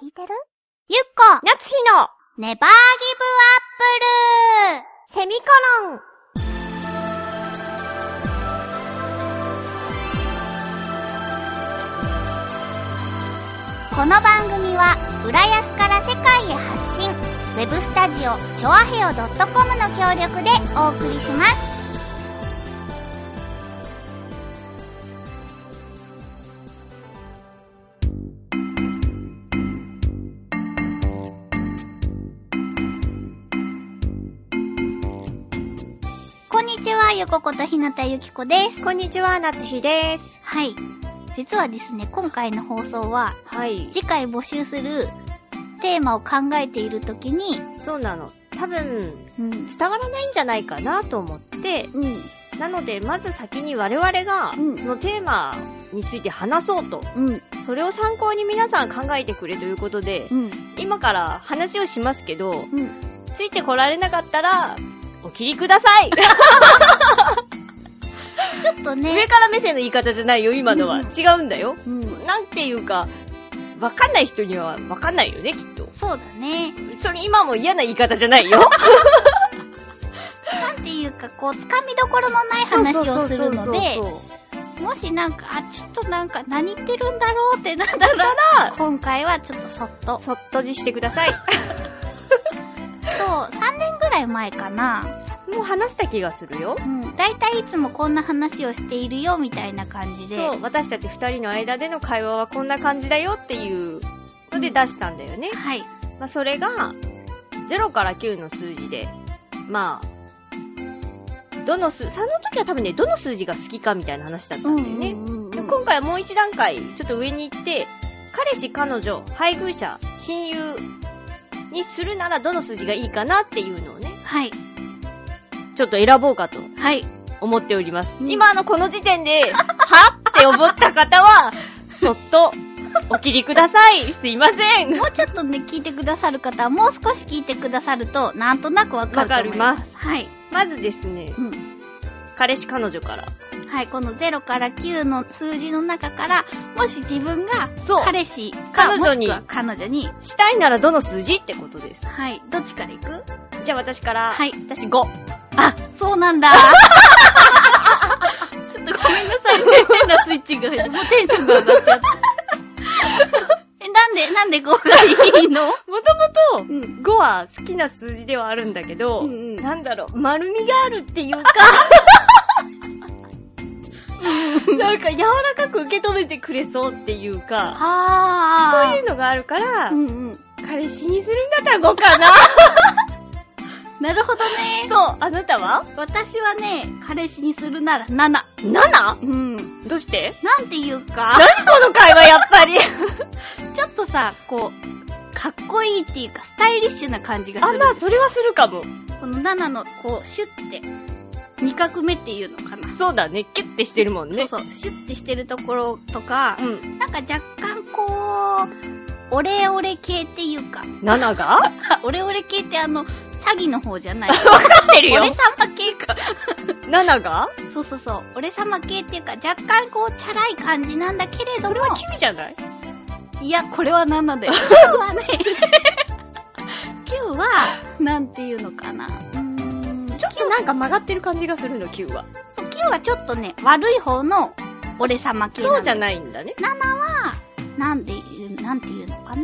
聞いてるゆっこ夏日のネバーギブアップルセミコロンこの番組は浦安から世界へ発信ウェブスタジオチョアヘオ .com の協力でお送りしますこんにちはゆこことひなたゆきこですこんにちは、夏日です。はい実はですね今回の放送ははい。次回募集するテーマを考えているときに、そうなの。多分、うん、伝わらないんじゃないかなと思って、うん、なので、まず先に我々が、うんそのテーマについて話そうと。うん、それを参考に皆さん考えてくれということでう、ん、今から話をしますけど、うん。ついてこられなかったら、お切りく ださいちょっとね上、から目線の言い方じゃないよ、今のは。うん違うんだよ。うん、なんていうか、わかんない人にはわかんないよね、きっと。そうだね。それ今も嫌な言い方じゃないよ。なんていうか、こう、つかみどころのない 話をするので、もしなんか、あ、ちょっとなんか、何言ってるんだろうってなったら、今回はちょっとそっと。そっとじしてく ださい。そう、3年ぐらい前かな。もう話した気がするよ。うん、だいたいいつもこんな話をしているよ、みたいな感じで。そう、私たち二人の間での会話はこんな感じだよっていうので出したんだよね。はい。まあそれが、0から9の数字で、まあ、どの数、その時は多分ね、どの数字が好きかみたいな話だったんだよね。うんで今回はもう一段階、ちょっと上に行って、彼氏、彼女、配偶者、親友にするならどの数字がいいかなっていうのをね、はい。ちょっと選ぼうかとはい。思っております。うん今のこの時点で、 はって思った方は、そっと、お切りくださ い。すいません。もうちょっとね、聞いてくださる方は、もう少し聞いてくださると、なんとなくわかると思います。はい。まずですね、うん。彼氏彼女から。はい、この0から9の数字の中から、もし自分が、そう彼氏か、彼女にもしくは彼女に、したいならどの数字ってことです。はい、どっちから行くじゃあ私から、はい私5。あ、そうなん だ。ちょっとごめんなさいね。変なスイッチが入って、もうテンションが上がっち ゃった。え、なんで、なんで5がいいのもともと、うん。 5は好きな数字ではあるんだけど、うんうんなんだろう、丸みがあるってい うか、なんか柔らかく受け止めてくれそうっていうか、はそあ。ういうのがあるから、うんうん。彼氏にするんだったら5かな。なるほどね。 そう、あなたは私はね、彼氏にするなら7。 ?7? うん。どうしてなんていうか、何この会話やっぱりちょっとさ、こう、かっこいいっていうか、スタイリッシュな感じがす あ、る。まあそれはするかも。この7の、こう、シュッて、2画目っていうのかな。そうだね、キュッてしてるもんね。そうそう、シュッてしてるところとか、うん。なんか若干こう、オレオレ系っていうか、 7がわあオレオレ系ってあの、詐欺の方じゃ ない。かってるオよレ。様系か。 7がそうそうそう、オレ様系っていうか、若干こう、チャラい感じなんだけれども、 ?9 じゃないいや、これは何 なんだよ。9はね、9は、なんていうのかな。うーん、ちょっとなんか曲がってる感じがするの、9は。そう9はちょっとね、悪い方の俺様系そうじゃん。ないんだね。なんでいう、なんていうのかな。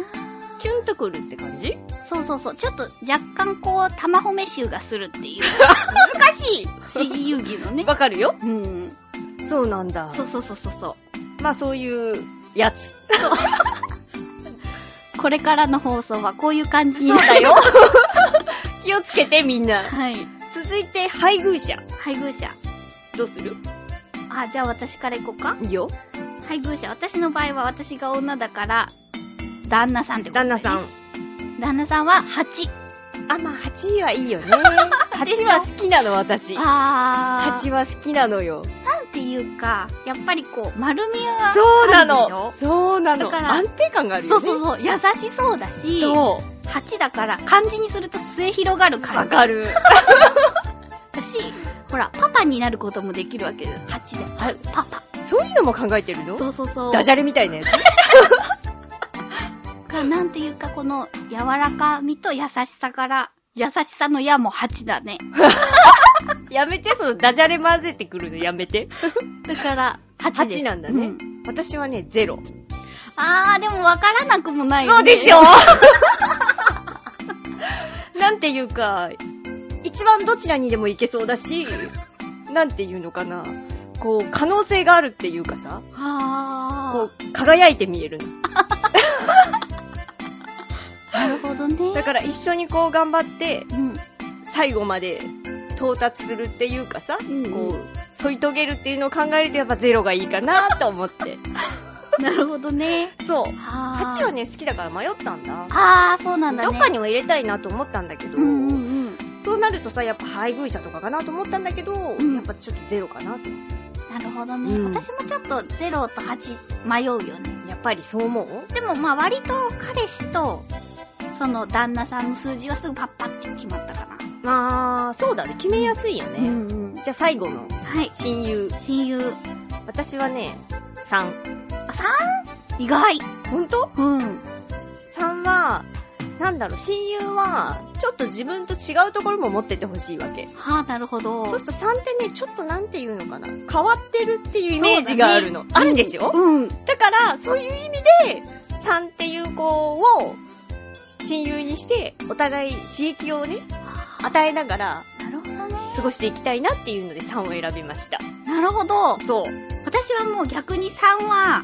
キュンとくるって感じそうそうそう、ちょっと若干こう、玉褒め臭がするっていう。難しい不思議遊戯の ね。わかるよ。うん。そうなんだそうそうそうそうそまあそういうやつ。う。これからの放送はこういう感じにそうなるだよ。。 気をつけてみんな。はい。続いて、配偶者。配偶者。どうするあ、じゃあ私から行こうか。いいよ。配偶者私の場合は私が女だから旦那さんってことだ旦よ那ね旦那さん。さんは8あ、まあ8位はいい よね。8は好きなの、私。あ蜂は好きなのよ。なんていうかやっぱりこう丸みがそうなあるでしの。ょそうなの。だから安定感があるそようね。そううそう優しそうだしそう。 8だから漢字にすると末広がるわ感じかる。だしほらパパになることもできるわけです8であパパそういうのも考えてるのそうそうそうダジャレみたいなやつ。かな、なんていうか、この、柔らかみと優しさから、優しさの矢も8だね。やめて、そのダジャレ混ぜてくるのやめて。だから、8です。 8なんだねう私はね、ゼロ。あー、でも分からなくもないよ、ね。そうでし ょなんていうか、一番どちらにでもいけそうだし、なんていうのかな。こう、可能性があるっていうかさ、こはう、輝いて見えるの。ー。なるほどね。だから一緒にこう頑張って、うん。最後まで到達するっていうかさ、んうんこう、添い遂げるっていうのを考えるとやっぱゼロがいいかなと思って。 なるほどね。そう。はー。 8はね、好きだから迷ったんだ。あー、そうなんだね。どっかにも入れたいなと思ったんだけど、うんうんうん。そうなるとさ、やっぱ配偶者とかかなと思ったんだけど、んやっぱちょっとゼロかなと。なるほどね。うん私もちょっと0と8迷うよね。やっぱりそう思うでもまあ割と彼氏と、その旦那さんの数字はすぐパッパって決まったかな。まあ、そうだね。決めやすいよね。うんうん。じゃあ最後のはい。親友。親友。私はね、3。あ、3? 意外。本当うん。 ?3 は、なんだろう、親友は、ちょっと自分と違うところも持っててほしいわけ。はあ、なるほど。そうすると3ってね、ちょっとなんていうのかな。変わってるっていうイメージがあるの。あるでしょ、うん。だから、そういう意味で、3っていう子を親友にして、お互い刺激をね、与えながらなるほどね。過ごしていきたいなっていうので3を選びました。なるほど。そう。私はもう逆に3は、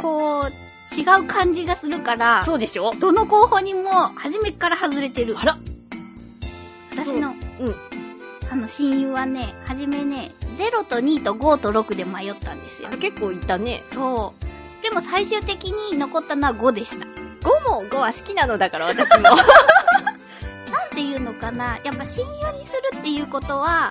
こう、違う感じがするから、そうでしょどの候補にも初めから外れてる。あら私の、うんうんあの、親友はね、初めね、0と2と5と6で迷ったんですよ。結構いたね。そう。でも最終的に残ったのは5でした。 5も5は好きなのだから私 も。なんていうのかな、やっぱ親友にするっていうことは、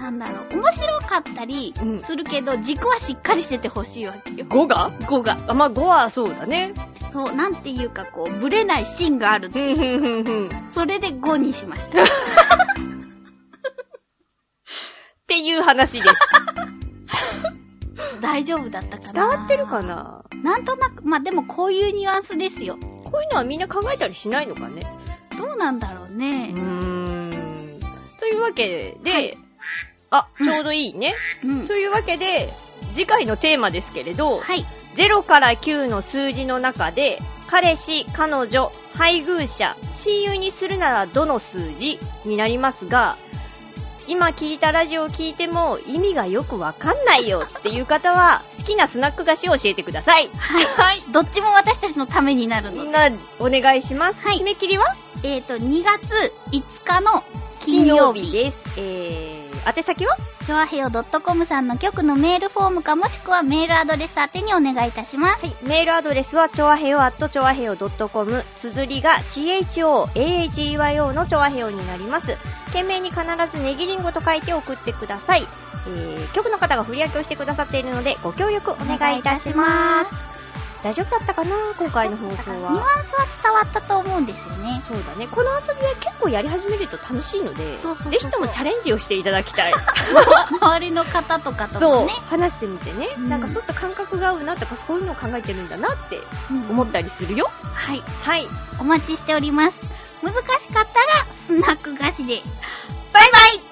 なんだろう、面白かったりうんするけど、軸はしっかりしててほしいわけよ。 5が5が。あ、まあ5はそうだね。そう、なんていうかこう、ぶれない芯がある。ふんふんふんふん。っそれで5にしま した。ていう話です。大丈夫だったかな伝わってるかななんとなく、まあでもこういうニュアンスですよ。こういうのはみんな考えたりしないのかねどうなんだろううね。ーん。というわけで、はいあ、ちょうどいいね。うん。というわけで、次回のテーマですけれど、はい。 0から9の数字の中で、彼氏、彼女、配偶者、親友にするならどの数字になりますが、今聞いたラジオを聞いても意味がよくわかんないよっていう方は、好きなスナック菓子を教えてください。はい。どっちも私たちのためになるみのんで。な、お願いします。はい締め切りはえっ、と、2月5日の金金曜曜日。日です。えー、宛先はチョアヘヨ .com さんの局のメールフォームかもしくはメールアドレス宛てにお願いいたします。はい、メールアドレスは、ちょあへよ at ちょあへよ .com。綴りが CHOAHEYO のちょあへよになります。懸命に必ずネギリンゴと書いて送ってください。えー、局の方が振り分けをしてくださっているので、ご協力お願いいたします。す。大丈夫だったかな今回の放送ニュアンは。スは伝わったと思うんですよね。そうだね。この遊びは結構やり始めると楽しいので、そうそうそうそうぜひともチャレンジをしていただきたい。周りの方とかとそもうね。。話してみてね。うんなんかそうすると感覚が合うなとか、そういうのを考えてるんだなってうん思ったりするよ。はい。はい。お待ちしております。難しかったら、スナック菓子で。バイバイ